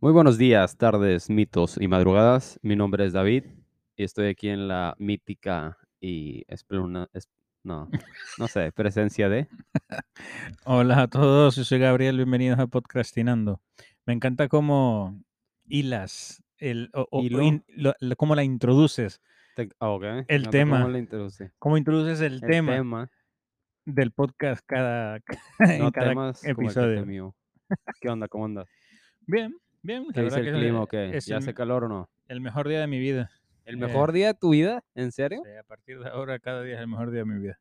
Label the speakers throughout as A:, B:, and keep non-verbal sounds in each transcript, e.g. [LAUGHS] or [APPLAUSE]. A: Muy buenos días, tardes, mitos y madrugadas. Mi nombre es David y estoy aquí en la mítica y espluna- es- no, no sé, presencia de.
B: Hola a todos, yo soy Gabriel, bienvenidos a Podcastinando. Me encanta cómo hilas, el, o- o- o
A: Hilo.
B: in- lo- lo- cómo la introduces,
A: Te- ah, ok,
B: El
A: no te-
B: tema.
A: ¿cómo lo introduce?
B: cómo introduces el,
A: El
B: tema, del podcast cada, [LAUGHS] en
A: no
B: cada
A: temas como el que te
B: episodio. [LAUGHS]
A: mío. ¿Qué onda? ¿Cómo andas?
B: Bien, bien. la
A: ¿Qué
B: verdad
A: dice el
B: que es-
A: clima o qué?
B: Es
A: ¿Ya hace
B: el,
A: calor o no?
B: el mejor día de mi vida.
A: ¿El
B: eh,
A: mejor día de tu vida? ¿En serio?
B: Sí, a partir de ahora, cada día es el mejor día de mi vida.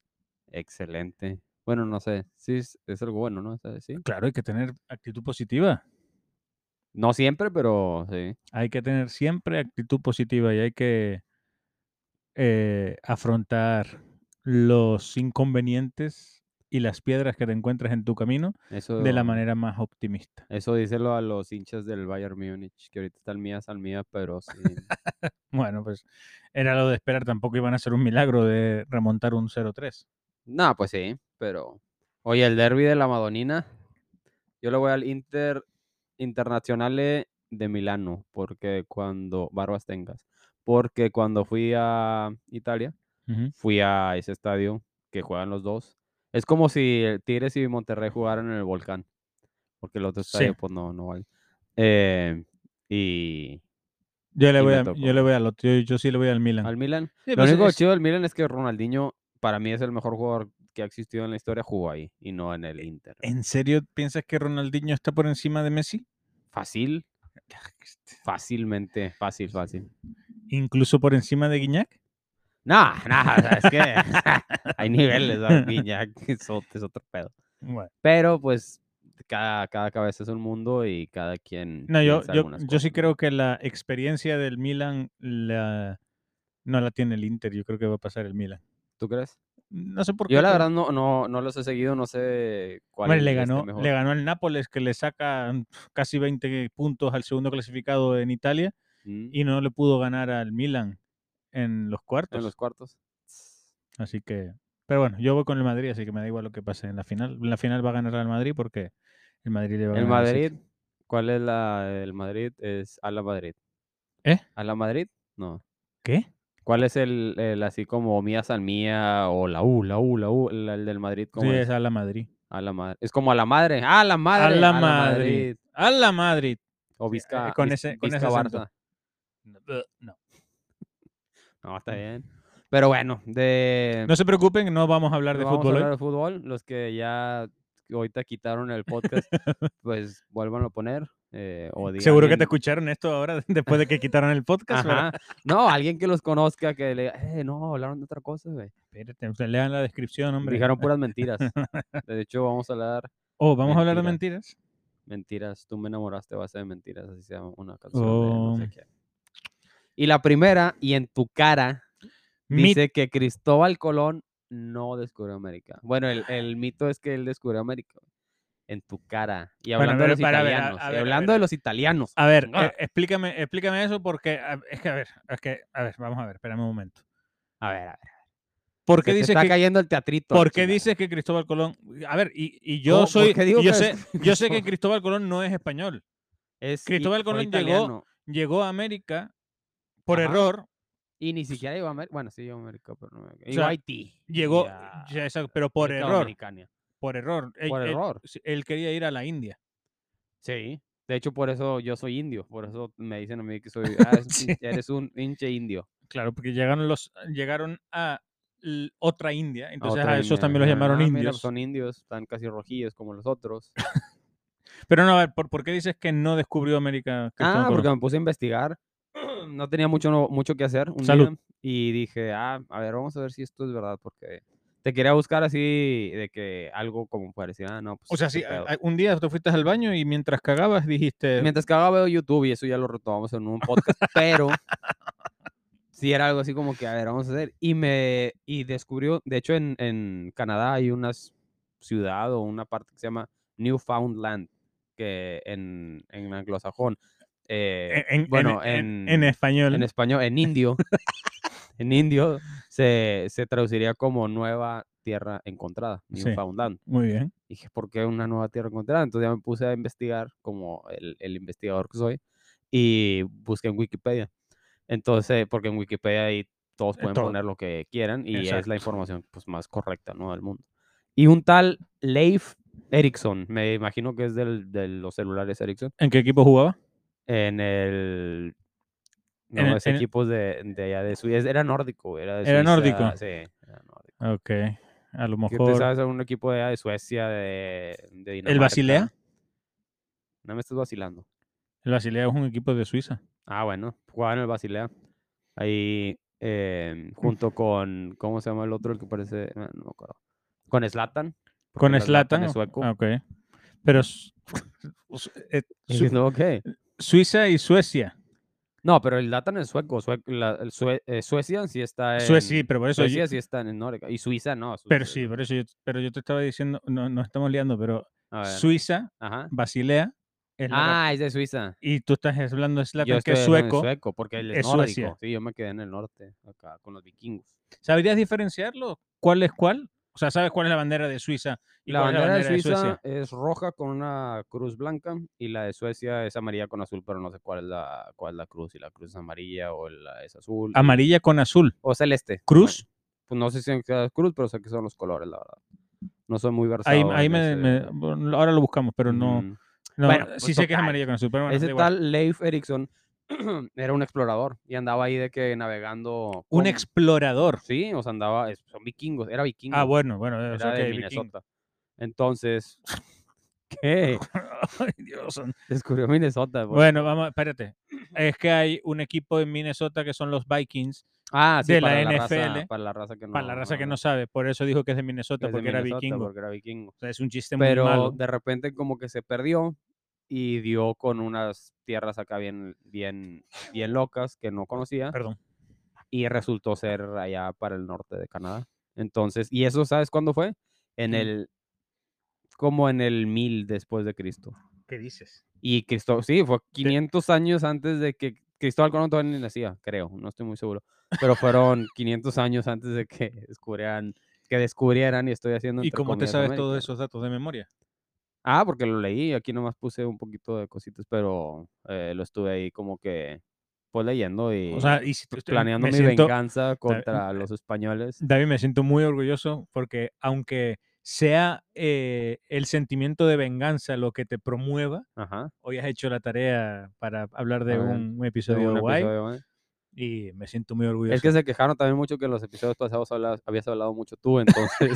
A: Excelente. Bueno, no sé. Sí, es, es algo bueno, ¿no? O sea, Sí.
B: Claro, hay que tener actitud positiva.
A: No siempre, pero sí.
B: Hay que tener siempre actitud positiva y hay que eh, afrontar los inconvenientes y las piedras que te encuentras en tu camino
A: Eso,
B: de la manera más optimista.
A: Eso díselo a los hinchas del Bayern Múnich, que ahorita están mías al mía, pero sí.
B: Bueno, pues era lo de esperar, tampoco iban a ser un milagro de remontar un 0-3.
A: no, pues sí, pero. Oye, el derby de la Madonina. Yo le voy al Inter Internacionale de Milano, porque cuando. Barbas tengas. Porque cuando fui a Italia,
B: Ujú.
A: fui a ese estadio que juegan los dos. Es como si el Tigres y Monterrey jugaran en el volcán. Porque el otro
B: Sí.
A: estadio, pues no, no vale. Eh, y.
B: Yo le,
A: Y
B: voy
A: me
B: a,
A: tocó.
B: yo le voy al otro, yo, yo sí le voy al Milan.
A: Al Milan.
B: [LAUGHS] Sí,
A: Lo
B: pues,
A: único
B: es-
A: chido del Milan es que Ronaldinho, para mí, es el mejor jugador que ha existido en la historia, jugó ahí y no en el
B: Eh,
A: Inter.
B: ¿En serio piensas que Ronaldinho está por encima de Messi?
A: Fácil,
B: [LAUGHS] este
A: fácilmente, fácil, fácil.
B: Incluso por encima de Guiñac.
A: Nah, nah, o sea, es que [LAUGHS] hay niveles, ¿sabes?
B: [LAUGHS]
A: Guiñac es ot- es otro pedo.
B: Bueno,
A: Pero pues cada, cada cabeza es un mundo y cada quien.
B: no, yo,
A: piensa
B: yo,
A: algunas
B: yo sí
A: cosas, ¿no?
B: creo que la experiencia del Milan la- no la tiene el Inter. Yo creo que va a pasar el Milan.
A: ¿Tú crees?
B: No sé por qué.
A: Yo la
B: pero-
A: verdad no, no, no los he seguido, no sé cuál
B: Hombre, le
A: esté
B: ganó,
A: mejor. ¿Mm?
B: le ganó al Nápoles, que le saca pf, casi 20 puntos al segundo clasificado en Italia
A: Mm,
B: y no le pudo ganar al Milan en los cuartos.
A: En los cuartos.
B: Así que, pero bueno, yo voy con el Madrid, así que me da igual lo que pase en la final. En la final va a ganar al Madrid porque el Madrid le va a
A: El
B: ganar al City.
A: Madrid, ¿cuál es la del Madrid? Es a la Madrid.
B: ¿Eh?
A: ¿A la Madrid? No.
B: ¿Qué?
A: ¿Cuál es el, el así como Mía San Mía o la U, la U, la U, el, el del Madrid?
B: Sí,
A: ¿Cómo
B: es
A: es?
B: a la Madrid.
A: A la madre. Es como a la madre. ¡A la madre!
B: la Madrid. ¡A la Madrid!
A: O
B: Sí, eh,
A: Vizca.
B: con
A: Viz-
B: ese- con ese
A: Vizca
B: acento.
A: Barça.
B: No, eh, no.
A: No, está bien. Pero bueno, de.
B: No se preocupen, no vamos a hablar
A: no
B: de
A: vamos a
B: fútbol
A: hablar
B: hoy.
A: de fútbol. Los que ya ahorita quitaron el
B: [LAUGHS]
A: podcast, pues vuelvan a poner. eh, o digan
B: Seguro que
A: en-
B: te escucharon esto ahora [LAUGHS] después de que quitaron el podcast. ¿verdad?
A: Ajá. No, alguien que los conozca, que le diga, eh, no, hablaron de otra cosa, güey.
B: Espérate, pues, lean la descripción, hombre.
A: Dijeron puras
B: [LAUGHS]
A: mentiras. De hecho, vamos a hablar
B: Oh, vamos a hablar de mentiras.
A: mentiras. Tú me enamoraste a base de mentiras, así se llama una canción de no sé
B: Oh.
A: qué. Y la primera, y en tu cara,
B: Mit-
A: dice que Cristóbal Colón no descubrió América. Bueno, el, el mito es que él descubrió América. En tu cara. Y
B: Bueno,
A: hablando
B: pero
A: de los
B: para ver, a-
A: italianos.
B: a
A: y
B: ver, a
A: hablando
B: ver.
A: de los italianos.
B: A ver,
A: Ah.
B: eh, explícame, explícame eso porque a- es que a ver, es que a ver, vamos a ver, espérame un momento.
A: A ver, a ver.
B: ¿Por qué
A: se te
B: dices
A: está
B: que
A: cayendo el teatrito. a la
B: por qué
A: chingada.
B: dices que Cristóbal Colón? A ver, y,
A: ¿Cómo?
B: y yo
A: ¿Por
B: soy
A: qué digo
B: yo
A: que [LAUGHS]
B: sé
A: es-
B: yo sé que Cristóbal Colón no es español.
A: Es i-
B: Cristóbal
A: fue
B: Colón llegó- Llegó a América por
A: Ajá.
B: error,
A: Y ni siquiera llegó a América. Bueno, sí llegó a América, pero no. Llegó
B: sea,
A: a Haití.
B: llegó
A: y a
B: ya, exacto, pero por
A: República
B: error, E,
A: Dominicana.
B: por error. Él-
A: Por
B: él-
A: error.
B: sí, él quería ir a la India.
A: Sí. De hecho, por eso yo soy indio. Por eso me dicen a mí que soy. "Ah, es un
B: [LAUGHS] Sí.
A: hin- eres un hinche indio.
B: Claro, porque llegaron los ah, llegaron a l- otra India,
A: A
B: entonces a,
A: otra
B: esos
A: india,
B: también los
A: ajá,
B: llamaron
A: "Ah, mira,
B: indios.
A: son indios, están casi rojillos como los
B: [LAUGHS]
A: otros.
B: Pero no, a ver, ¿por, por qué dices que no descubrió América Cristóbal
A: ah,
B: Colón?
A: porque me puse a investigar. [CLEARS THROAT] No tenía mucho, no- mucho que hacer. un
B: Salud.
A: día, y dije, ah, a ver, vamos a ver si esto es verdad, porque te quería buscar así de que algo como pareciera, ah, no, pues.
B: O sea,
A: qué
B: sí, a-
A: pedo".
B: a- un día tú fuiste al baño y mientras cagabas dijiste,
A: Mientras que ahora veo YouTube y eso ya lo retomamos en un podcast, pero sí era algo así como que, a ver, vamos a hacer. Y me y descubrió, de hecho en, en Canadá hay una s- ciudad o una parte que se llama Newfoundland, que en, en anglosajón, eh,
B: e, en, en-
A: bueno,
B: en-
A: en,
B: en español,
A: en español, en indio, en indio se, se traduciría como nueva tierra encontrada,
B: Sí.
A: Newfoundland
B: muy bien,
A: dije, ¿por qué una nueva tierra encontrada? Entonces ya me puse a investigar, como el, el investigador que soy, y busqué en Wikipedia. Entonces, porque en Wikipedia ahí todos
B: Eh,
A: pueden
B: todo.
A: poner lo que quieran y es
B: Exacto.
A: la información pues, más correcta ¿no? del mundo. Y un tal Leif Ericsson, me imagino que es del, de los celulares Ericsson,
B: ¿En qué equipo jugaba?
A: en el... No,
B: En el-
A: ese
B: en el-
A: equipo de, de allá de Suiza, era nórdico, era de
B: ¿Era
A: Suiza,
B: nórdico?
A: Sí, era nórdico.
B: Ah, Ok. A lo
A: ¿Qué te
B: mejor.
A: sabes algún equipo de, allá de Suecia, de, de Dinamarca?
B: ¿El Basilea?
A: No me estás vacilando.
B: El Basilea es un equipo de Suiza.
A: Ah, bueno, jugaba en el Basilea. Ahí, em, junto con, ¿cómo se llama el otro? El que parece, no, no me acuerdo. Con Slatan.
B: Con Slatan.
A: Es sueco. [LAUGHS]
B: ah, Ok. Pero. s- [LAUGHS] s- eh,
A: Y
B: Su-
A: dices,
B: [LAUGHS]
A: "No, ¿qué?".
B: Suiza y Suecia.
A: No, pero el Latan es sueco. sue- la- el Sue- eh, Suecia sí está en...
B: Suecia, sí, pero por eso. yo-
A: Suecia sí está en Noruega. Y Suiza no. Su-
B: pero sí, por eso yo, pero yo te estaba diciendo, no, no estamos liando, pero
A: A ver,
B: Suiza,
A: ajá.
B: Basilea, es la cap-
A: Ah, es de Suiza.
B: y tú estás hablando de
A: Yo
B: Zlatan, que
A: estoy
B: es
A: hablando de
B: sueco.
A: sueco, porque él es,
B: es
A: nórdico.
B: Suecia.
A: Sí, yo me quedé en el norte, acá, con los vikingos.
B: ¿Sabrías diferenciarlo? ¿Cuál es cuál? O sea, ¿sabes cuál es la bandera de Suiza y
A: La
B: cuál
A: bandera,
B: es la bandera
A: de
B: de
A: Suiza
B: Suecia?
A: es roja con una cruz blanca y la de Suecia es amarilla con azul, pero no sé cuál es la, cuál es la cruz, si la cruz es amarilla o la es azul. y-
B: Amarilla con azul.
A: O celeste. bueno,
B: Cruz.
A: pues no sé si es cruz, pero sé que son los colores, la verdad. No soy muy versado.
B: Ahí, ahí
A: en
B: me,
A: ese-
B: me- bueno, ahora lo buscamos, pero no.
A: Ujú.
B: no
A: Mm, Bueno,
B: sí
A: pues,
B: sé que es
A: total,
B: amarilla con azul, pero bueno, da
A: Ese
B: igual.
A: tal Leif Erikson [CLEARS THROAT] era un explorador y andaba ahí de que navegando.
B: Un
A: con-
B: explorador.
A: Sí, o sea, andaba, es- son vikingos, era vikingo.
B: Ah, bueno, bueno. o
A: era
B: sea
A: de
B: que viking.
A: Minnesota. Entonces, [LAUGHS] ¿qué?
B: [LAUGHS] Ay, Dios. son-
A: Descubrió Minnesota. pues.
B: Bueno, vamos, espérate. Es que hay un equipo en Minnesota que son los Vikings,
A: Ah, sí,
B: de
A: para
B: la NFL,
A: raza, para la raza que no,
B: para la raza que no sabe. Por eso dijo que es de
A: que
B: Minnesota,
A: es de
B: porque era
A: Minnesota,
B: vikingo.
A: porque era vikingo.
B: O sea, es un chiste muy
A: Pero
B: malo.
A: de repente como que se perdió y dio con unas tierras acá bien, bien, bien locas que no conocía
B: Perdón.
A: y resultó ser allá para el norte de Canadá. Entonces, ¿y eso sabes cuándo fue? En
B: Mm.
A: el, como en el 1000 después de Cristo.
B: ¿Qué dices?
A: Y Cristóbal, sí, fue 500 años antes de que Cristóbal Colón todavía ni nacía, creo, no estoy muy seguro, pero fueron 500 años antes de que descubrieran, que descubrieran y estoy haciendo
B: ¿Y
A: entre
B: cómo te
A: comillas,
B: sabes
A: América,
B: todos
A: ¿no?
B: esos datos de memoria?
A: Ah, porque lo leí, aquí nomás puse un poquito de cositas, pero eh, lo estuve ahí como que pues leyendo y
B: O sea, y si tú-
A: pues,
B: tú-
A: planeando
B: me
A: mi
B: siento-
A: venganza contra los españoles.
B: David, me siento muy orgulloso porque aunque sea eh, el sentimiento de venganza lo que te promueva,
A: Ajá.
B: hoy has hecho la tarea para hablar de
A: Muy bien.
B: un, un
A: de
B: episodio
A: un
B: guay
A: episodio, ¿eh?
B: y me siento muy orgulloso.
A: Es que se quejaron también mucho que en los episodios pasados hablas- habías hablado mucho tú,
B: [LAUGHS]
A: entonces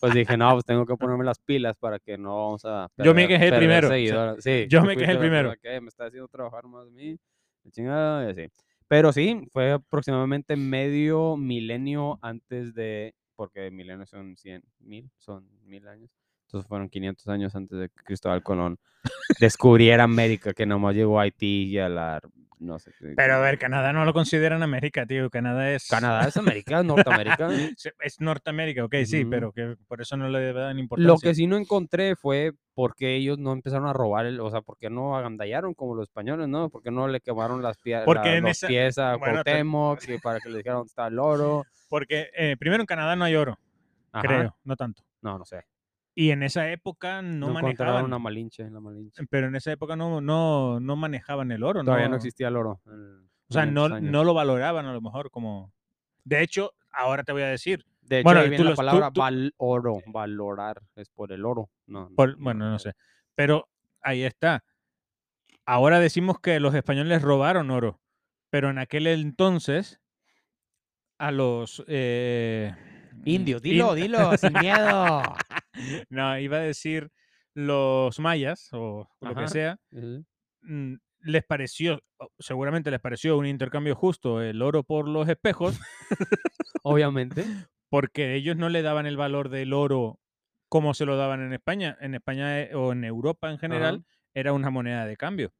A: pues dije, no, pues tengo que ponerme las pilas para que no vamos a...
B: Yo me
A: perder-
B: quejé el
A: perder
B: primero, o sea,
A: seguidores". Sí,
B: yo
A: tú
B: me quejé
A: fuiste
B: el
A: la persona
B: primero.
A: que me está haciendo trabajar más a mí, la chingada, y así. Pero sí, fue aproximadamente medio milenio antes de... Porque milenios son 100 mil, son mil años. Entonces fueron 500 años antes de que Cristóbal Colón descubriera América, que nomás llegó a Haití y a la... No sé qué-
B: Pero a ver, Canadá no lo consideran América, tío. Canadá es.
A: Canadá es América, Norteamérica. [LAUGHS]
B: se- Es Norteamérica, ok, sí,
A: Ujú.
B: pero que por eso no le dan importancia.
A: Lo que sí no encontré fue por qué ellos no empezaron a robar, el, o sea, por qué no agandallaron como los españoles, ¿no? Por qué no le quemaron las pie-
B: Porque
A: la-
B: en
A: los
B: esa-
A: pies a
B: bueno, te-
A: Cuauhtémoc y para que le dijeran dónde está el oro.
B: Porque eh, primero en Canadá no hay oro,
A: Ajá.
B: creo, no tanto.
A: No, no sé.
B: Y en esa época no,
A: No, encontraron
B: manejaban.
A: una malinche en la malinche.
B: Pero en esa época no, no, no manejaban el oro,
A: Todavía no existía el oro. en
B: O sea,
A: 500
B: no,
A: años.
B: no lo valoraban a lo mejor como. De hecho, ahora te voy a decir.
A: De hecho,
B: bueno,
A: ahí
B: y
A: viene
B: tú
A: la
B: los- tú-
A: palabra
B: tú-
A: val- oro, valorar, es por el oro. No, no,
B: por- bueno, no sé. Pero ahí está. Ahora decimos que los españoles robaron oro. Pero en aquel entonces, a los. eh,
A: Indios,
B: in-
A: dilo, dilo, sin miedo.
B: No, iba a decir los mayas o lo
A: Ajá.
B: que sea.
A: [LAUGHS] Ujú.
B: mm, les pareció, o seguramente les pareció un intercambio justo el oro por los
A: [LAUGHS]
B: espejos,
A: Obviamente.
B: porque ellos no le daban el valor del oro como se lo daban en España. En España eh, o en Europa en general era una moneda de cambio.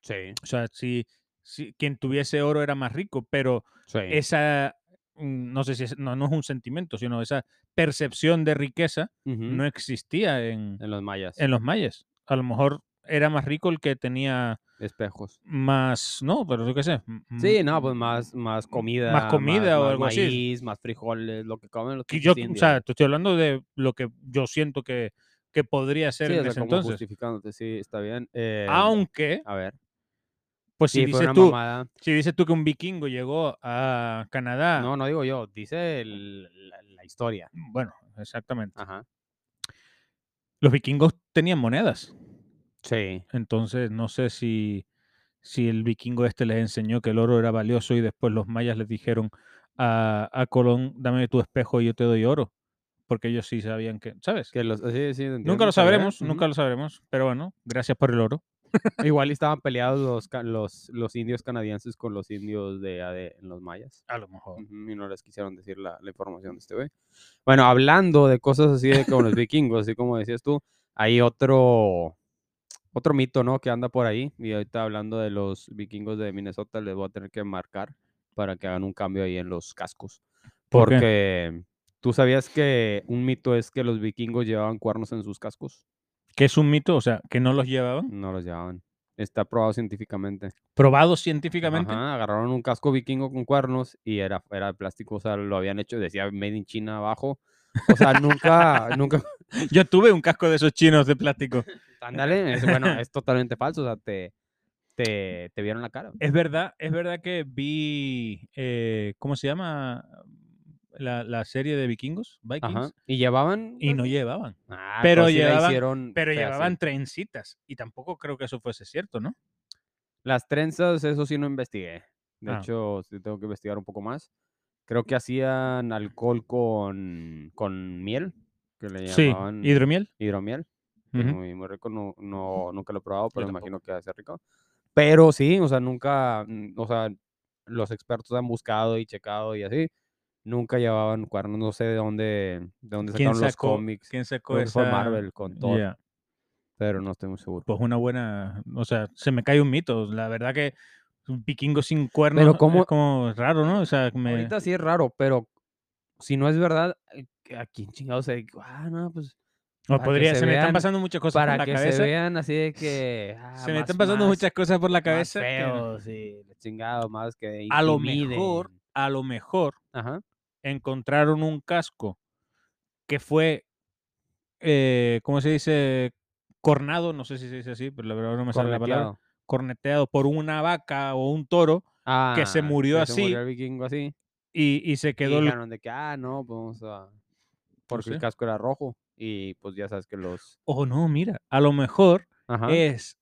A: Sí.
B: O sea, si, si quien tuviese oro era más rico, pero
A: Sí.
B: esa, mm, no sé si es, no, no es un sentimiento, sino esa percepción de riqueza
A: Ujú.
B: no existía en,
A: En los mayas.
B: en los mayas. A lo mejor era más rico el que tenía
A: Espejos.
B: más, no, pero yo qué sé. m-
A: Sí,
B: m-
A: no, pues más, más comida.
B: mm, comida o
A: más
B: algo así.
A: maíz, Más frijoles, lo que comen los
B: que
A: pinches
B: yo, o
A: indios,
B: sea,
A: ¿no?
B: te estoy hablando de lo que yo siento que, que podría ser
A: Sí, o
B: en
A: sea,
B: ese
A: como
B: entonces.
A: justificándote, sí, está bien. eh,
B: Aunque,
A: A ver,
B: Pues si
A: Sí, fue
B: dices,
A: una
B: tú,
A: mamada.
B: si dices tú que un vikingo llegó a Canadá,
A: No, no digo yo, dice el- la, la historia.
B: bueno, exactamente.
A: Ajá.
B: Los vikingos tenían monedas.
A: Sí.
B: Entonces, no sé si, si el vikingo este les enseñó que el oro era valioso y después los mayas les dijeron a, a Colón, dame tu espejo y yo te doy oro. Porque ellos sí sabían que, ¿sabes?
A: Que los, sí, sí,
B: nunca lo sabremos, nunca
A: lo
B: lo sabremos. Pero bueno, gracias por el oro.
A: Igual y estaban peleados los, ca- los, los indios canadienses con los indios de, AD los mayas.
B: A lo mejor.
A: Ujú, Y no les quisieron decir la, la información de este güey. Bueno, hablando de cosas así de como los vikingos, así como decías tú, hay otro, otro mito, ¿no? Que anda por ahí. Y ahorita hablando de los vikingos de Minnesota, les voy a tener que marcar para que hagan un cambio ahí en los cascos.
B: ¿Por qué?
A: Porque tú sabías que un mito es que los vikingos llevaban cuernos en sus cascos.
B: Que es un mito, o sea, que no los llevaban.
A: No los llevaban. Está probado científicamente.
B: Probado científicamente.
A: Ajá, agarraron un casco vikingo con cuernos y era, era de plástico, o sea, lo habían hecho, decía Made in China abajo. O sea,
B: [LAUGHS]
A: nunca, nunca,
B: [LAUGHS] Yo tuve un casco de esos chinos de plástico.
A: ándale, es, bueno, es totalmente falso, o sea, te, te, te vieron la cara.
B: Es verdad, es verdad que vi, eh, ¿cómo se llama? La, la serie de vikingos, Vikings,
A: Ajá, y llevaban...
B: y no llevaban.
A: Ah,
B: pero
A: entonces sí la
B: llevaban-
A: hicieron
B: Pero
A: fea, sí.
B: llevaban trencitas y tampoco creo que eso fuese cierto, ¿no?
A: Las trenzas, eso sí no investigué. De
B: Ah.
A: hecho, sí tengo que investigar un poco más. Creo que hacían alcohol con, con miel, que le llamaban
B: hidromiel.
A: hidromiel. que es
B: ujú.
A: muy, muy rico, no, no, nunca lo he probado, pero me
B: tampoco.
A: imagino que debe ser rico. Pero sí, o sea, nunca, mm, o sea, los expertos han buscado y checado y así, nunca llevaban cuernos, no sé de dónde, de dónde
B: ¿Quién
A: sacaron los
B: sacó,
A: cómics,
B: ¿Quién sacó
A: creo que fue
B: esa-
A: Marvel con todo,
B: Ya,
A: pero no estoy muy seguro.
B: Pues una buena, o sea, se me cae un mito. La verdad que un vikingo sin cuernos
A: cómo-
B: es como raro, ¿no? O sea, me-
A: Ahorita sí es raro, pero si no es verdad, eh, que ¿a quién chingados se dijo? Ah, no, pues
B: o
A: que
B: podría,
A: se
B: se, me
A: vean-
B: están pasando muchas cosas
A: para
B: por la
A: que
B: cabeza.
A: se vean así de
B: [LAUGHS]
A: que... ah,
B: se me
A: más-
B: están pasando
A: más-
B: muchas cosas por la cabeza.
A: Más
B: que-
A: feos y la chingado, más que
B: A lo
A: intimiden.
B: mejor- a lo mejor
A: Ajá.
B: encontraron un casco que fue, eh, ¿cómo se dice? Cornado, no sé si se dice así, pero la verdad no me sale la palabra.
A: corneteado.
B: Corneteado por una vaca o un toro se
A: Ah,
B: murió
A: que
B: así,
A: Se murió el vikingo así.
B: y, y se
A: Y
B: quedó el- Pues
A: dijeron de que, ah, no, pues vamos a... Porque
B: sé.
A: el casco era rojo. Y pues ya sabes que los... eh,
B: Oh, no, mira, a lo mejor
A: Ajá.
B: es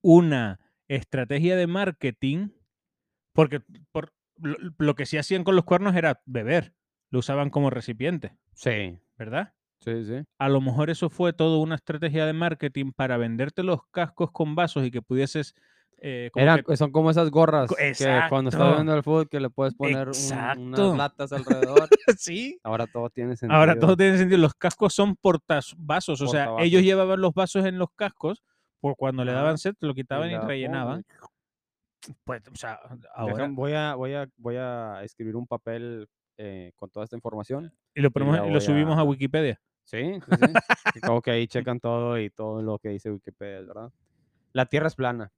B: una estrategia de marketing, porque por, lo, lo que sí hacían con los cuernos era beber, lo usaban como recipiente,
A: Sí.
B: ¿verdad?
A: Sí, sí.
B: a lo mejor eso fue todo una estrategia de marketing para venderte los cascos con vasos y que pudieses. eh, como
A: Eran-
B: que- [LAUGHS]
A: son como esas gorras que cuando estás
B: Exacto.
A: viendo el fútbol que le puedes poner un-
B: Exacto.
A: unas latas
B: [LAUGHS]
A: alrededor.
B: sí.
A: Ahora todo tiene sentido.
B: Ahora todo tiene sentido. Los cascos son portas vasos. O sea,
A: Portavasos.
B: ellos llevaban los vasos en los cascos, por cuando le
A: Ajá.
B: daban set, lo quitaban y,
A: la-
B: rellenaban. Pues, o sea, ahora.
A: Dejan- voy, a, voy, a, voy a escribir un papel eh, con toda esta información
B: y lo, ponemos-
A: la
B: y lo
A: voy
B: subimos a
A: a-
B: Wikipedia.
A: Sí, sí, sí.
B: [LAUGHS]
A: Que Como que ahí checan todo y todo lo que dice Wikipedia, ¿verdad? La Tierra es plana,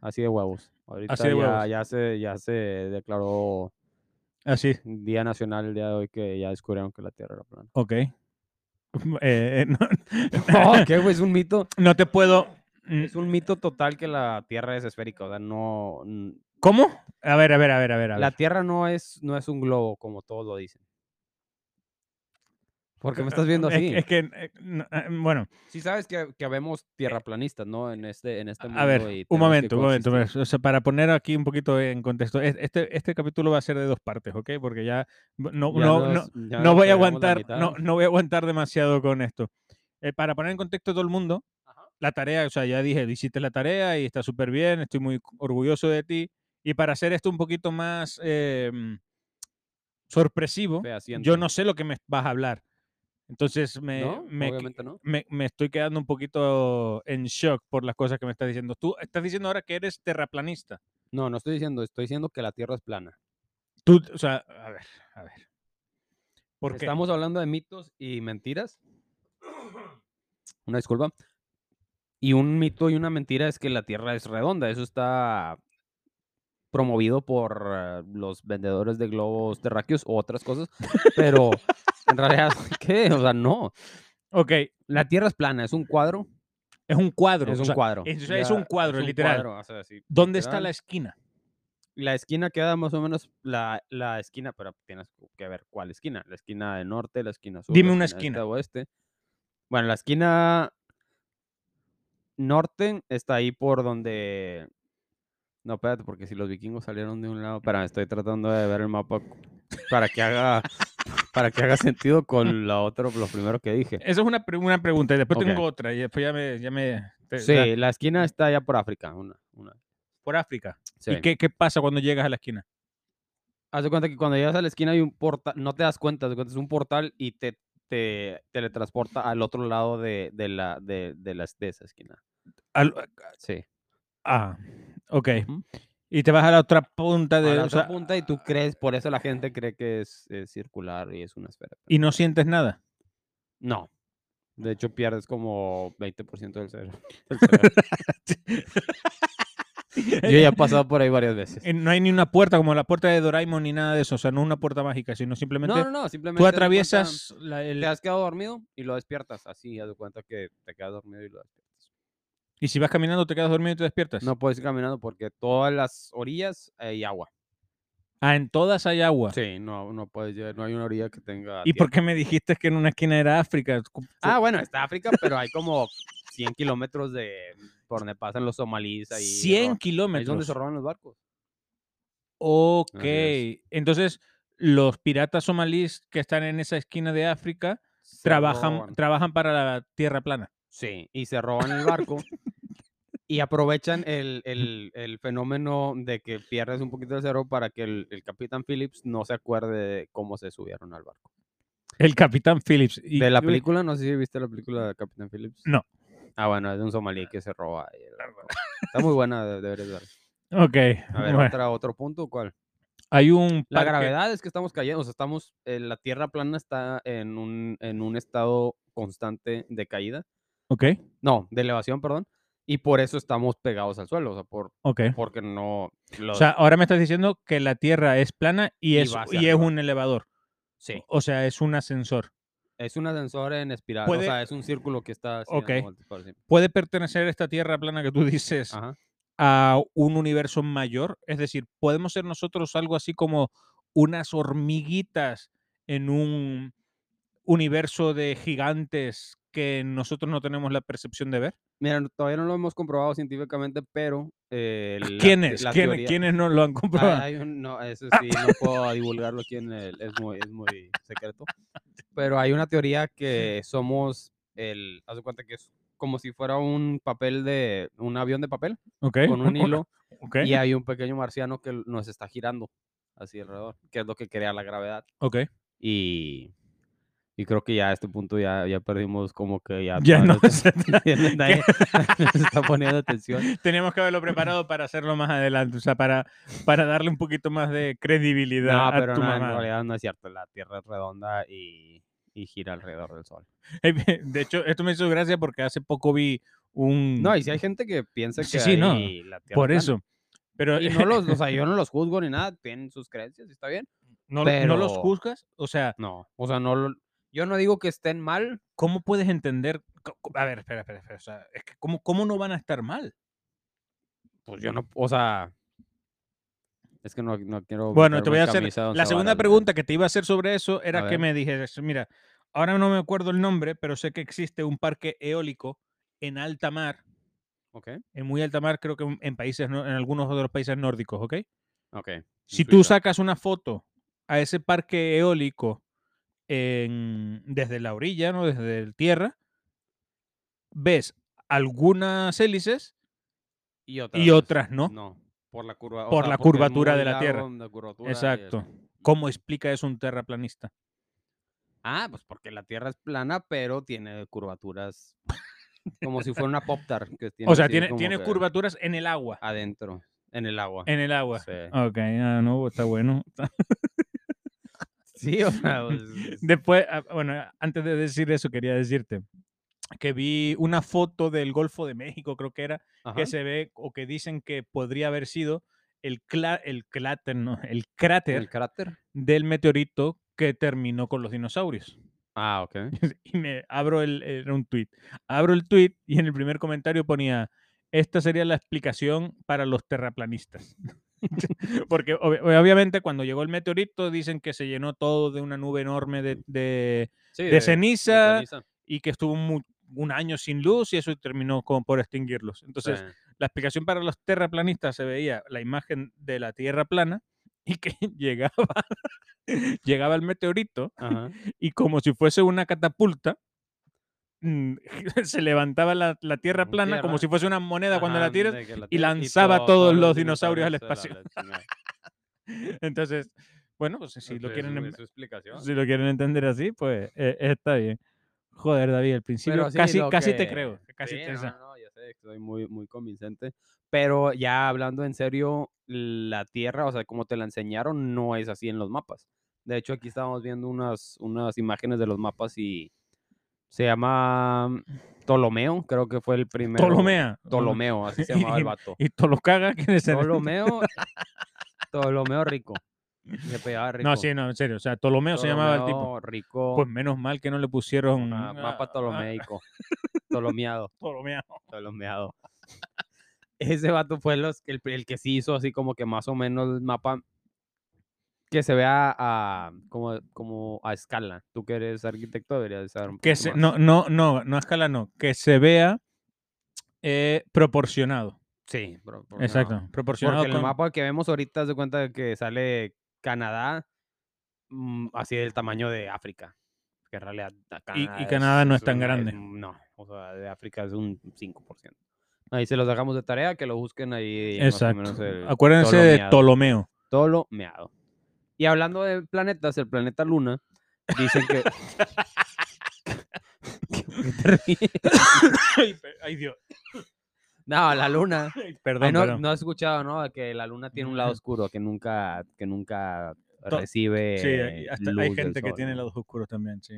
A: así de huevos. Ahorita
B: de
A: ya,
B: huevos.
A: ya se, ya se declaró
B: Así,
A: Día Nacional el día de hoy que ya descubrieron que la Tierra era
B: [LAUGHS]
A: plana.
B: ok. Eh, no, Oh,
A: No, ¿qué, güey? Es un mito.
B: no te puedo. mm,
A: Es un mito total que la Tierra es esférica. O sea, no. n-
B: ¿Cómo? A ver, a ver, a ver, a ver. a
A: La
B: ver.
A: Tierra no es, no es un globo, como todos lo dicen. Porque
B: [LAUGHS]
A: me estás viendo
B: Es-
A: así.
B: Es, que, eh, no, eh, bueno,
A: Sí sabes que, que habemos tierraplanistas, ¿no? En este, en este mundo.
B: a ver,
A: y
B: un
A: tenemos que
B: momento, un momento.
A: coexistir.
B: o sea, para poner aquí un poquito en contexto, es- este, este capítulo va a ser de dos partes, ¿ok? Porque ya b- no,
A: Ya
B: no, no,
A: nos- ya
B: no
A: nos
B: voy a
A: pegamos la
B: aguantar, no,
A: mitad.
B: no voy a aguantar demasiado con esto. Eh, para poner en contexto a todo el mundo,
A: Ajá.
B: la tarea, o sea, ya dije, hiciste la tarea y está súper bien, estoy muy orgulloso de ti. Y para hacer esto un poquito más eh, mm, sorpresivo, yo
A: Fehaciente.
B: no sé lo que me vas a hablar. Entonces me,
A: No,
B: me,
A: obviamente no.
B: me, me estoy quedando un poquito en shock por las cosas que me estás diciendo. Tú estás diciendo ahora que eres terraplanista.
A: No, no estoy diciendo, estoy diciendo que la Tierra es plana.
B: Tú, o sea, a ver, a ver. Porque
A: Estamos hablando de mitos y mentiras. [COUGHS] Una disculpa. Y un mito y una mentira es que la Tierra es redonda. Eso está promovido por eh, los vendedores de globos terráqueos u otras cosas.
B: [LAUGHS]
A: Pero en realidad, [LAUGHS] ¿qué? O sea, no.
B: Ok,
A: La Tierra es plana, es un cuadro
B: Es un cuadro.
A: Es
B: o
A: un
B: sea,
A: cuadro.
B: es- o sea, es
A: Ya,
B: un cuadro,
A: es un
B: literal.
A: cuadro, o sea, sí,
B: ¿Dónde está
A: literal.
B: la esquina?
A: La esquina queda más o menos la, la esquina, pero tienes que ver cuál esquina. La esquina de norte, la esquina sur. la
B: Dime una
A: este,
B: esquina.
A: oeste. Bueno, la esquina norte está ahí por donde. No, espérate, porque si los vikingos salieron de un lado. Pero estoy tratando de ver el mapa cu- para que haga, [LAUGHS] para que haga sentido
B: [LAUGHS]
A: con lo otro, lo primero que dije.
B: Esa es una, pre- una pregunta. Y después
A: Ok.
B: tengo otra. Y después ya me. Ya me te-
A: Sí,
B: ya-
A: la esquina está allá por África. Una, una.
B: por África.
A: sí.
B: ¿Y qué, qué pasa cuando llegas a la esquina?
A: Haz de cuenta que cuando llegas a la esquina hay un portal, no te das cuenta, haz de cuenta, es un portal y te, te teletransporta al otro lado de, de la, de, de las- de esa esquina.
B: Al-
A: Sí.
B: ah, ok.
A: Ujú.
B: Y te vas a la otra punta
A: A
B: de.
A: la
B: o
A: otra
B: sea,
A: punta y tú crees, por eso la gente cree que es, es circular y es una esfera. pero
B: y no sientes nada.
A: No. De hecho, pierdes como 20% [LAUGHS] del cerebro.
B: [LAUGHS]
A: Yo ya he pasado por ahí varias veces.
B: Eh, No hay ni una puerta como la puerta de Doraemon ni nada de eso. O sea, no una puerta mágica, sino simplemente
A: No, no, no, simplemente.
B: tú
A: haz de cuenta,
B: atraviesas la- el-
A: Te has quedado dormido y lo despiertas así, haz de cuenta que te quedas dormido y lo despiertas.
B: y si vas caminando te quedas dormido y te despiertas.
A: No puedes ir caminando porque todas las orillas hay agua.
B: Ah, en todas hay agua.
A: Sí, no, no puedes llegar, no hay una orilla que tenga.
B: ¿Y por
A: tierra.
B: qué me dijiste que en una esquina era África? Cu- cu-
A: Ah, bueno, está África, pero hay como 100 kilómetros de por donde pasan los somalíes
B: pues
A: ahí. se
B: 100
A: roban- ahí es donde
B: kilómetros.
A: se roban los barcos.
B: Ok.
A: es.
B: Entonces, los piratas somalíes que están en esa esquina de África
A: Se
B: trabajan,
A: roban.
B: trabajan para la tierra plana.
A: Sí, y se roban el barco. Y aprovechan el, el- el fenómeno de que pierdes un poquito de cero para que el, el capitán Phillips no se acuerde de cómo se subieron al barco.
B: El capitán Phillips. y-
A: De la
B: uy,
A: película, no sé si viste la película de Capitán Phillips.
B: No.
A: Ah, bueno, es de un somalí que se roba. ahí el barco. Está muy buena, de- deberías ver.
B: Ok.
A: A ver,
B: bueno,
A: otra, otro punto, ¿cuál?
B: Hay un.
A: La
B: parque-
A: gravedad es que estamos cayendo, o sea, estamos, eh, la Tierra plana está en un, en un estado constante de caída,
B: Ok.
A: no, de elevación, perdón, y por eso estamos pegados al suelo, o sea,
B: [LAUGHS]
A: por,
B: Ok.
A: porque no...
B: O
A: los-
B: sea, ahora me estás diciendo que la tierra es plana y
A: Y
B: es,
A: va hacia
B: y es
A: arriba.
B: un elevador.
A: sí,
B: O sea, es un ascensor.
A: es un ascensor en espiral, o
B: Puede-
A: sea, es un círculo que está... así
B: Ok.
A: dando vueltas por encima.
B: ¿Puede pertenecer esta tierra plana que tú [LAUGHS] dices
A: Ajá.
B: a un universo mayor? Es decir, ¿podemos ser nosotros algo así como unas hormiguitas en un universo de gigantes que nosotros no tenemos la percepción de ver?
A: Mira, no- todavía no lo hemos comprobado científicamente, pero... eh, la te-
B: ¿Quiénes?
A: la
B: ¿Quién-
A: teoría-
B: ¿Quiénes no lo han
A: Ah,
B: comprobado?
A: hay un- no, eso
B: [LAUGHS]
A: sí, no puedo divulgarlo aquí en el, es muy, es muy secreto. Pero hay una teoría
B: [LAUGHS]
A: que somos el, haz de cuenta que es como si fuera un papel de, un avión de papel
B: Ok,
A: con un
B: o-
A: hilo
B: [LAUGHS] ok,
A: y hay un pequeño marciano que nos está girando así alrededor, que es lo que crea la gravedad.
B: ok.
A: [LAUGHS] Y, y creo que ya a este punto ya, ya perdimos como que ya...
B: Ya
A: toda
B: no
A: nuestra- [LAUGHS]
B: sé.
A: nadie nos está poniendo atención.
B: [LAUGHS] Teníamos que haberlo preparado para hacerlo más adelante, o sea, para, para darle un poquito más de [LAUGHS] credibilidad
A: No,
B: a
A: pero
B: tu
A: no, en
B: mamá. [LAUGHS]
A: realidad no es cierto. La Tierra es redonda y, y gira alrededor del Sol.
B: De hecho, esto me hizo gracia porque hace poco vi un...
A: No, y si hay gente que piensa que
B: Sí, sí, no,
A: hay la Tierra
B: por
A: plana.
B: eso. Pero
A: Y no los, o sea, yo no los juzgo ni nada, tienen sus creencias, ¿está bien?
B: no, lo- no los
A: pero-
B: juzgas, o sea,
A: No, o sea, no lo- yo no digo que estén mal.
B: ¿cómo puedes entender? co- co- A ver, espera, espera, espera. O sea, es que ¿cómo, ¿cómo no van a estar mal?
A: Pues yo no, o sea, es que no, no quiero.
B: Bueno, te
A: meterme
B: voy a
A: en
B: hacer...
A: camisa de once
B: La segunda
A: varas, ¿verdad?
B: pregunta que te iba a hacer sobre eso era que
A: ver.
B: me dijeras, mira, ahora no me acuerdo el nombre, pero sé que existe un parque eólico en alta mar
A: Ok,
B: en muy alta mar, creo que en- en países, no- en algunos de los países nórdicos, ¿ok?
A: ok.
B: Si tú
A: Suiza.
B: sacas una foto a ese parque eólico en- desde la orilla, ¿no? Desde el tierra, ves algunas hélices
A: Y otras,
B: y otras no.
A: No, por la curva. o
B: Por
A: sea,
B: la
A: porque es
B: curvatura
A: muy
B: de la Tierra.
A: largo, la curvatura y el-
B: Exacto. ¿Cómo explica eso un terraplanista?
A: Ah, pues porque la Tierra es plana, pero tiene curvaturas como si fuera una pop tart que tiene
B: O sea,
A: así
B: tiene,
A: como
B: tiene
A: que
B: curvaturas en el agua.
A: adentro, en el agua.
B: En el agua.
A: Sí.
B: Ok, ah, [LAUGHS] no,
A: [LAUGHS]
B: está bueno.
A: Sí, o sea, pues,
B: Después, ah, bueno, antes de decir eso, quería decirte que vi una foto del Golfo de México, creo que era,
A: ajá.
B: que se ve o que dicen que podría haber sido el, cla- el, cláter, no, el cráter
A: el cráter.
B: del meteorito que terminó con los dinosaurios.
A: Ah,
B: [LAUGHS]
A: ok.
B: y me abro el, era un tweet. Abro el tweet y en el primer comentario ponía, esta sería la explicación para los terraplanistas. [LAUGHS] Porque ob- obviamente cuando llegó el meteorito dicen que se llenó todo de una nube enorme de, de-
A: Sí,
B: de ceniza y que estuvo mu- un año sin luz y eso terminó con, por extinguirlos. Entonces, la explicación para los terraplanistas se veía la imagen de la Tierra plana y que [LAUGHS] llegaba, llegaba el meteorito [LAUGHS]
A: Ajá.
B: y como si fuese una catapulta, mm, [LAUGHS] se levantaba la, la tierra
A: Mm,
B: plana como
A: tierra.
B: si fuese una moneda cuando la
A: Ajá,
B: tiras.
A: de que la
B: y
A: tiras
B: lanzaba
A: todo-
B: todos los dinosaurios al
A: a la chingada.
B: [LAUGHS] Entonces, bueno, pues si lo
A: Entonces,
B: quieren,
A: es
B: em-
A: su explicación.
B: si lo quieren entender así, pues eh, está bien. Joder, David, al principio
A: Pero sí,
B: casi,
A: lo
B: casi te
A: que-
B: creo. Casi
A: sí,
B: te-
A: no,
B: esa-
A: no, no, ya sé, soy muy, muy convincente. Pero ya hablando en serio, la Tierra, o sea, como te la enseñaron, no es así en los mapas. De hecho, aquí estábamos viendo unas, unas imágenes de los mapas y se llama mm, Ptolomeo, creo que fue el primero.
B: Ptolomea. o-
A: Ptolomeo, así se
B: [LAUGHS]
A: llamaba el vato.
B: Y Tolocaga, [LAUGHS] que es el-
A: Ptolomeo, Ptolomeo rico. Se pegaba rico.
B: No, sí, no, en serio. O sea, Ptolomeo se llamaba el tipo.
A: Ptolomeo Rico.
B: Pues menos mal que no le pusieron.
A: ah,
B: ah, ah,
A: mapa ptolomeico. Ptolomeado.
B: Ptolomeo.
A: Ptolomeado. [LAUGHS] Ese vato fue los, el, el que sí hizo así como que más o menos el mapa que se vea a, como, como a escala. Tú que eres arquitecto deberías de saber un
B: Que
A: poquito
B: se,
A: más.
B: no, no, no, no a escala, no. Que se vea eh, proporcionado.
A: Sí, pro- pro- no.
B: Exacto, proporcionado.
A: Porque el
B: con-
A: mapa que vemos ahorita se cuenta de que sale Canadá mm, así del tamaño de África. Que en realidad a
B: Y- y
A: es-
B: Canadá no es tan
A: una-
B: grande.
A: no, o sea, de África es un 5%. Ahí se los dejamos de tarea, que lo busquen ahí. más o
B: Exacto.
A: menos el
B: Acuérdense de
A: Ptolomeado.
B: Ptolomeo.
A: Ptolomeado. Y hablando de planetas, el planeta Luna, dicen que. ¿Por qué te [LAUGHS] ríes?
B: [LAUGHS] ay, pe- ay, Dios.
A: [LAUGHS] no, la
B: [LAUGHS]
A: Luna.
B: Ay,
A: Ay,
B: Perdón,
A: no,
B: perdón.
A: no has escuchado, ¿no? Que la Luna tiene un lado
B: Ujú.
A: oscuro que nunca, que nunca
B: To-
A: recibe.
B: sí, hay- hasta hay
A: luz del
B: gente que
A: sol,
B: tiene
A: ¿no?
B: lados oscuros también, sí.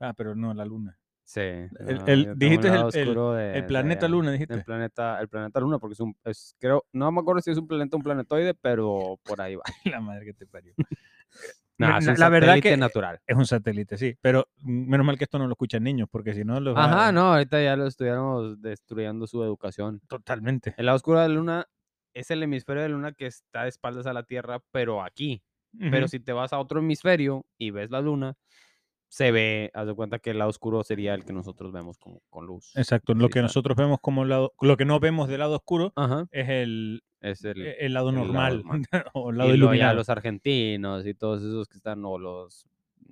B: Ah, pero no, la luna.
A: Sí.
B: el- el- dijiste el- el-
A: el
B: planeta Luna, dijiste.
A: El planeta, el planeta Luna, porque es un. es- creo, no me acuerdo si es un planeta o un planetoide, pero por
B: [LAUGHS]
A: ahí va.
B: [LAUGHS] la madre que te parió.
A: No,
B: Me-
A: es
B: la-
A: un
B: la verdad
A: satélite
B: que-
A: natural.
B: Es un satélite, sí. Pero mm, menos mal que esto no lo escuchan niños, porque si no, los va-
A: Ajá, no, ahorita ya lo estuviéramos destruyendo su educación.
B: Totalmente.
A: El lado oscuro de la luna es el hemisferio de la luna que está de espaldas a la Tierra, pero aquí. Pero
B: Ujú.
A: si te vas a otro hemisferio y ves la luna, se ve, haz de cuenta que el lado oscuro sería el que nosotros vemos como, con luz.
B: Exacto. Lo
A: sí,
B: que
A: está.
B: nosotros vemos como lado, lo que no vemos del lado oscuro
A: Ajá,
B: es el,
A: es el...
B: el- el lado
A: el lado
B: normal [LAUGHS] o eh, el lado
A: y luego ya
B: iluminado.
A: los argentinos y todos esos que están, o los,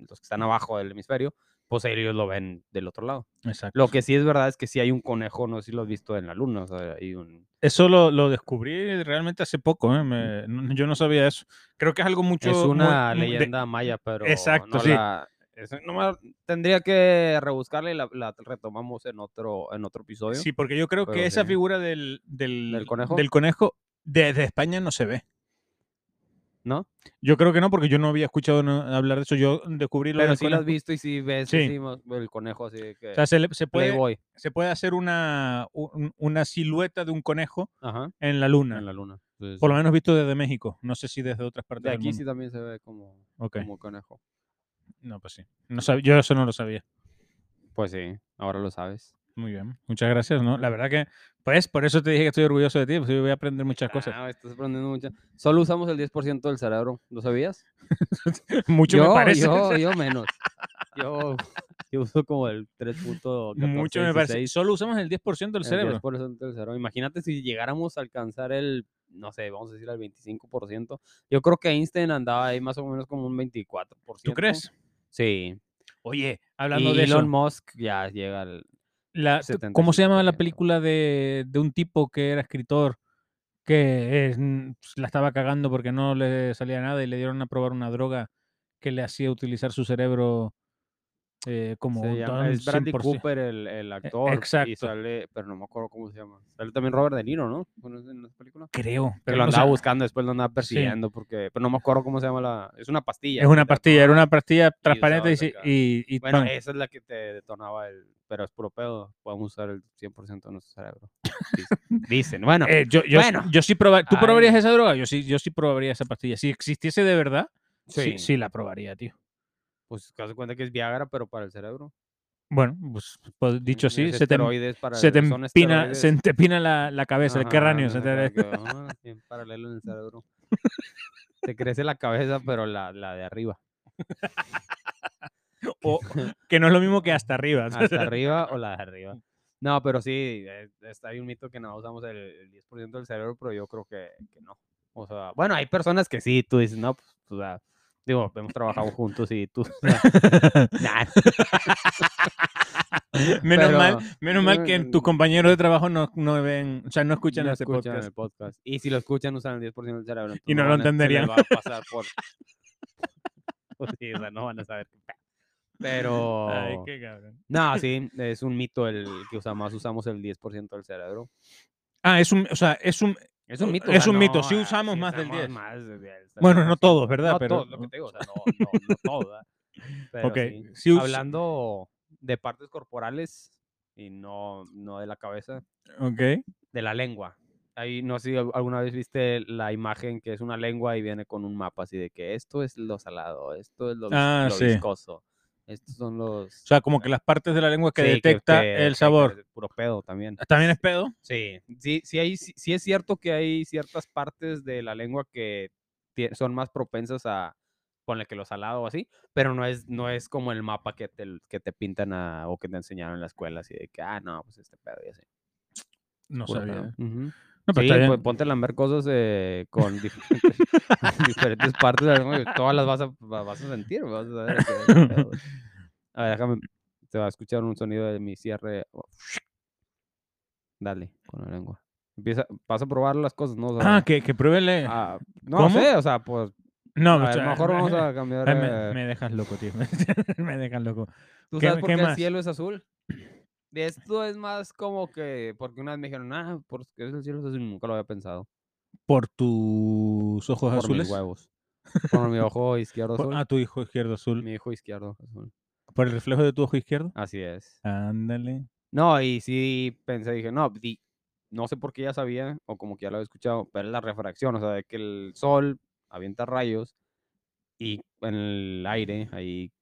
A: los que están abajo del hemisferio, pues ellos lo ven del otro lado.
B: Exacto.
A: Lo que sí es verdad es que sí hay un conejo, no sé si lo has visto en la luna, o sea, hay un...
B: Eso lo, lo descubrí realmente hace poco. ¿eh? Me- no- yo no sabía eso. Creo que es algo mucho.
A: es
B: mu-
A: una
B: mu- de-
A: leyenda maya, pero
B: Exacto,
A: no
B: sí.
A: la- eso no me- tendría que rebuscarla y la, la retomamos en otro, en otro episodio.
B: Sí, porque yo creo que
A: Pero
B: esa
A: sí.
B: figura del, del,
A: ¿Del conejo?
B: del conejo desde España no se ve.
A: ¿No?
B: Yo creo que no, porque yo no había escuchado na- hablar de eso. Yo descubrí lo
A: Pero
B: del
A: sí lo has
B: conejo.
A: visto y sí ves
B: Sí.
A: así mo- el conejo así de que
B: O sea, se, le- se puede,
A: Playboy
B: se puede hacer una, un- una silueta de un conejo
A: ajá,
B: en la luna.
A: en la luna. Sí, sí.
B: Por lo menos visto desde México. No sé si desde otras partes
A: De
B: del
A: aquí
B: mundo.
A: sí también se ve como,
B: Ok.
A: como conejo.
B: No, pues sí. No sab- Yo eso no lo sabía.
A: Pues sí, ahora lo sabes.
B: Muy bien. Muchas gracias, ¿no? La verdad que, pues, por eso te dije que estoy orgulloso de ti, porque voy a aprender muchas cosas.
A: Ah, estás aprendiendo mucho. Solo usamos el 10% del cerebro, ¿lo sabías?
B: [LAUGHS] Mucho me parece.
A: Ah, Yo, yo menos. Yo, [LAUGHS] yo uso como el 3.14.
B: [LAUGHS] Mucho me parece.
A: 16.
B: Solo usamos el 10% del
A: El
B: cerebro.
A: 10% del cerebro. Imagínate si llegáramos a alcanzar el, no sé, vamos a decir el 25%. Yo creo que Einstein andaba ahí más o menos como un 24%.
B: ¿Tú crees?
A: Sí.
B: Oye, hablando
A: Y
B: de eso,
A: Elon Musk ya llega al...
B: la- t- ¿cómo se llama la
A: 75%?
B: película de, de un tipo que era escritor que eh, mm, la estaba cagando porque no le salía nada y le dieron a probar una droga que le hacía utilizar su cerebro eh, como
A: se
B: un
A: llama-
B: don
A: es Bradley
B: 100%?
A: Cooper, el, el actor. Y
B: E, exacto.
A: sale, pero no me acuerdo cómo se llama. Sale también Robert De Niro, ¿no? Bueno, es en la película.
B: Creo.
A: Pero lo
B: o sea,
A: andaba buscando, después lo andaba
B: sí.
A: persiguiendo, porque. Pero no me acuerdo cómo se llama la. Es una pastilla.
B: Es
A: que
B: una
A: te
B: pastilla, era
A: tomabas.
B: una pastilla transparente y,
A: usabas
B: sí-
A: acá.
B: y, y
A: Bueno,
B: pan.
A: esa es la que te detonaba el. Pero es puro pedo. Podemos usar el 100% de nuestro cerebro. Dicen. Dicen,
B: [LAUGHS]
A: Bueno,
B: Eh, yo, yo,
A: bueno.
B: yo sí proba- ¿Tú
A: Ay.
B: probarías esa droga? Yo sí, yo sí probaría esa pastilla. Si existiese de verdad, sí,
A: Sí.
B: sí la probaría, tío.
A: Pues te das cuenta que es Viagra, pero para el cerebro.
B: Bueno, pues, pues, dicho
A: Mm, Es
B: así, se te,
A: esteroides para
B: se te
A: son
B: empina, se
A: esteroides.
B: te empina la, la cabeza, el
A: Ajá,
B: cráneo. se te-
A: ajá, que
B: [LAUGHS]
A: va así en paralelo en el cerebro. Te crece la cabeza, pero la, la de arriba.
B: o- que no es lo mismo que
A: [LAUGHS]
B: hasta arriba.
A: Hasta arriba o la de arriba. No, pero sí, eh, está hay un mito que no usamos el, el 10% del cerebro, pero yo creo que, que no. O sea, bueno, hay personas que sí, tú dices, no, pues, o sea, digo, hemos trabajado juntos y tú, o
B: [LAUGHS]
A: sea, nah,
B: [LAUGHS] menos,
A: Pero- mm.
B: mal, menos mal que tus compañeros de trabajo no, no ven, o sea, no escuchan
A: no
B: este
A: escuchan
B: podcast.
A: el podcast. Y si lo escuchan, usan el 10% del cerebro.
B: Y
A: entonces
B: no lo
A: van a- se les
B: entenderían.
A: va a pasar por... [LAUGHS] Pues sí, o sea, no van a saber qué pe- Pero...
B: Ay, qué cabrón.
A: No, sí, es un mito el que usa- más usamos el 10% del cerebro.
B: Ah, es un, o sea, es un,
A: Es un mito.
B: Es un mito, sí usamos más del 10. Bueno, no
A: todos,
B: todos, ¿verdad?
A: No
B: Pero,
A: todos, lo que te digo, o sea, no, no,
B: [LAUGHS]
A: no todos, ¿verdad? Pero
B: ok,
A: sí.
B: sí us-
A: Hablando de partes corporales y no, no de la cabeza,
B: ok.
A: de la lengua. Ahí no sé si al- alguna vez viste la imagen que es una lengua y viene con un mapa así de que esto es lo salado, esto es lo, vis-
B: Ah,
A: lo
B: sí.
A: viscoso, estos son los...
B: O sea, como que las partes de la lengua que
A: Sí,
B: detecta
A: que
B: el
A: detecta,
B: sabor.
A: es Puro pedo también.
B: También es pedo.
A: Sí, sí, sí, hay, sí, sí es cierto que hay ciertas partes de la lengua que tie- son más propensas a ponle que lo salado o así, pero no es, no es como el mapa que te, que te pintan a- o que te enseñaron en la escuela, así de que, ah, no, pues este pedo y así.
B: No
A: puro
B: sabía.
A: pedo. Ujú.
B: No, pero
A: sí,
B: está bien.
A: pues ponte a lamber cosas eh, con diferentes, [LAUGHS] diferentes partes de la lengua, y todas las vas a, va- vas a sentir, vas a saber qué es el
B: [LAUGHS]
A: pedo. A ver, déjame, te va a escuchar un sonido de mi cierre. Dale, con la lengua. Empieza, vas a probar las cosas, ¿no? O sea,
B: Ah, que, que pruébele.
A: ah, no
B: ¿cómo? Ah,
A: sé, o sea, pues,
B: no,
A: a, ver,
B: mucha-
A: mejor vamos a cambiar.
B: [LAUGHS] Ay, me,
A: eh,
B: me dejas loco, tío. [LAUGHS] me dejas loco.
A: ¿Tú
B: ¿Qué-
A: sabes por
B: qué
A: qué, el
B: más?
A: cielo es azul? De esto es más como que, porque una vez me dijeron, ah, ¿por qué el cielo es azul? Nunca lo había pensado.
B: Por tus ojos
A: Por
B: azules.
A: mis
B: [LAUGHS]
A: huevos. Por mi ojo izquierdo
B: Por-
A: azul.
B: ah, tu hijo izquierdo azul.
A: Mi hijo izquierdo azul.
B: Por el reflejo de tu ojo izquierdo.
A: Así es.
B: Ándale.
A: No, y sí pensé, dije, no, di- no sé por qué ya sabía, o como que ya lo había escuchado, pero es la refracción, o sea, de que el sol avienta rayos y en el aire hay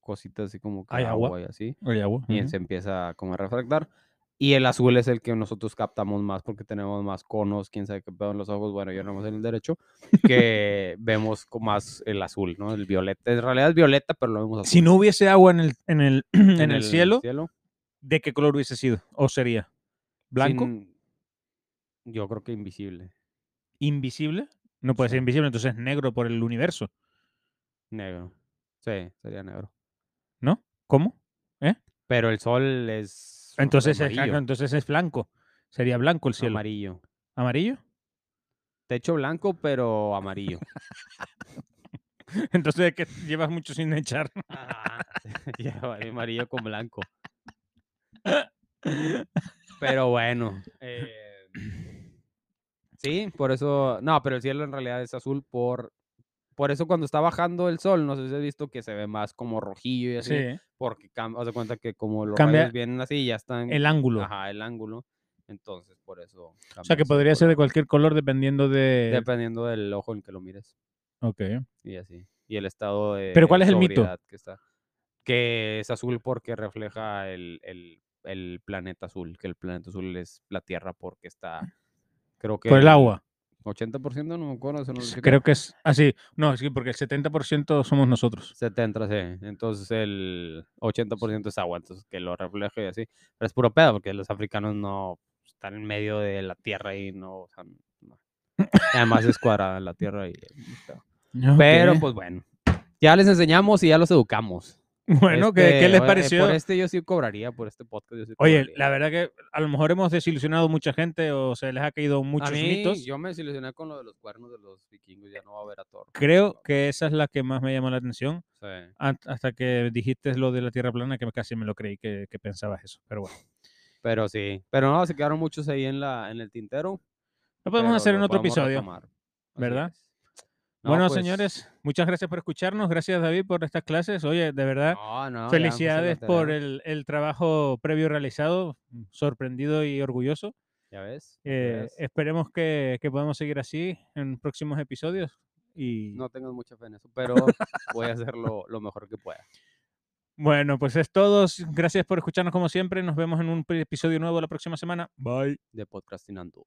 A: cositas así como que
B: Hay agua.
A: y así,
B: Oye, agua.
A: y
B: ujú.
A: se empieza como a refractar. Y el azul es el que nosotros captamos más porque tenemos más conos, quién sabe qué pedo en los ojos, bueno, yo no más en el derecho,
B: [LAUGHS]
A: que vemos con más el azul, ¿no? El violeta, en realidad es violeta, pero lo vemos azul.
B: Si no hubiese agua en el, en el, [LAUGHS] [CLEARS THROAT] en el cielo, ¿de qué color hubiese sido? ¿O sería? ¿Blanco?
A: sin- yo creo que invisible,
B: ¿Invisible? No puede ser invisible, entonces es negro por el universo.
A: negro. Sí, sería negro.
B: ¿No? ¿Cómo?
A: Pero el sol es r-
B: Entonces es, ah,
A: amarillo,
B: no, entonces es blanco. Sería blanco el cielo.
A: amarillo.
B: ¿Amarillo? [LAUGHS]
A: Techo blanco, pero amarillo.
B: Entonces es que llevas mucho sin echar.
A: [LAUGHS] Ya, amarillo con blanco. Pero
B: [LAUGHS]
A: bueno. eh, sí, por eso. No, pero el cielo en realidad es azul por. Por eso cuando está bajando el sol, no sé si has visto que se ve más como rojillo y así. Porque cam- haz de cuenta que como los
B: Cambia
A: rayos vienen así, ya están.
B: El ángulo.
A: Ajá, el ángulo. Entonces, por eso.
B: O sea que podría ser de cualquier color dependiendo de.
A: Dependiendo del ojo en que lo mires.
B: Ok.
A: Y así. Y el estado de.
B: Pero ¿cuál es el mito?
A: sobriedad Que, está. que es azul porque refleja el, el- el planeta azul. Que el planeta azul es la Tierra porque está. Creo que.
B: Por el agua.
A: 80% no me acuerdo. eso no lo chequé.
B: Creo que es así. No, sí, porque el 70% somos nosotros.
A: 70, sí. Entonces el 80% es agua. Entonces que lo refleje y así. Pero es puro pedo porque los africanos no están en medio de la Tierra y no. o sea, no. Además es cuadrada la Tierra y. Pero
B: Ok.
A: pues bueno. Ya les enseñamos y ya los educamos.
B: [LAUGHS] Bueno, ¿qué- ¿qué,
A: Este,
B: les
A: oye,
B: pareció?
A: Por este yo sí cobraría, por este podcast yo sí
B: Oye,
A: cobraría.
B: la verdad que a lo mejor hemos desilusionado mucha gente o se les ha caído muchos
A: a mí,
B: mitos.
A: yo me desilusioné con lo de los cuernos de los vikingos, ya no va a haber a Thor.
B: Creo que esa es la que más me llama la atención.
A: Sí.
B: an- Hasta que dijiste lo de la Tierra plana, que casi me lo creí que, que pensabas eso. Pero bueno.
A: Pero sí, pero no, se quedaron muchos ahí en, la, en el tintero.
B: Lo podemos
A: pero
B: hacer en
A: lo
B: otro
A: podemos
B: episodio.
A: retomar. Así
B: ¿verdad?
A: es. No,
B: bueno,
A: pues,
B: señores, muchas gracias por escucharnos. Gracias, David, por estas clases. Oye, de verdad,
A: no, no, ya, pues, es la
B: felicidades por
A: tarea,
B: el, el trabajo previo realizado. Sorprendido y orgulloso.
A: Ya ves. ya
B: Eh,
A: ves.
B: esperemos que, que podamos seguir así en próximos episodios. y...
A: No tengas mucha fe en eso,
B: [LAUGHS]
A: pero voy a hacerlo lo mejor que pueda.
B: Bueno, pues es todo. Gracias por escucharnos como siempre. Nos vemos en un episodio nuevo la próxima semana. Bye.
A: De podcastinando.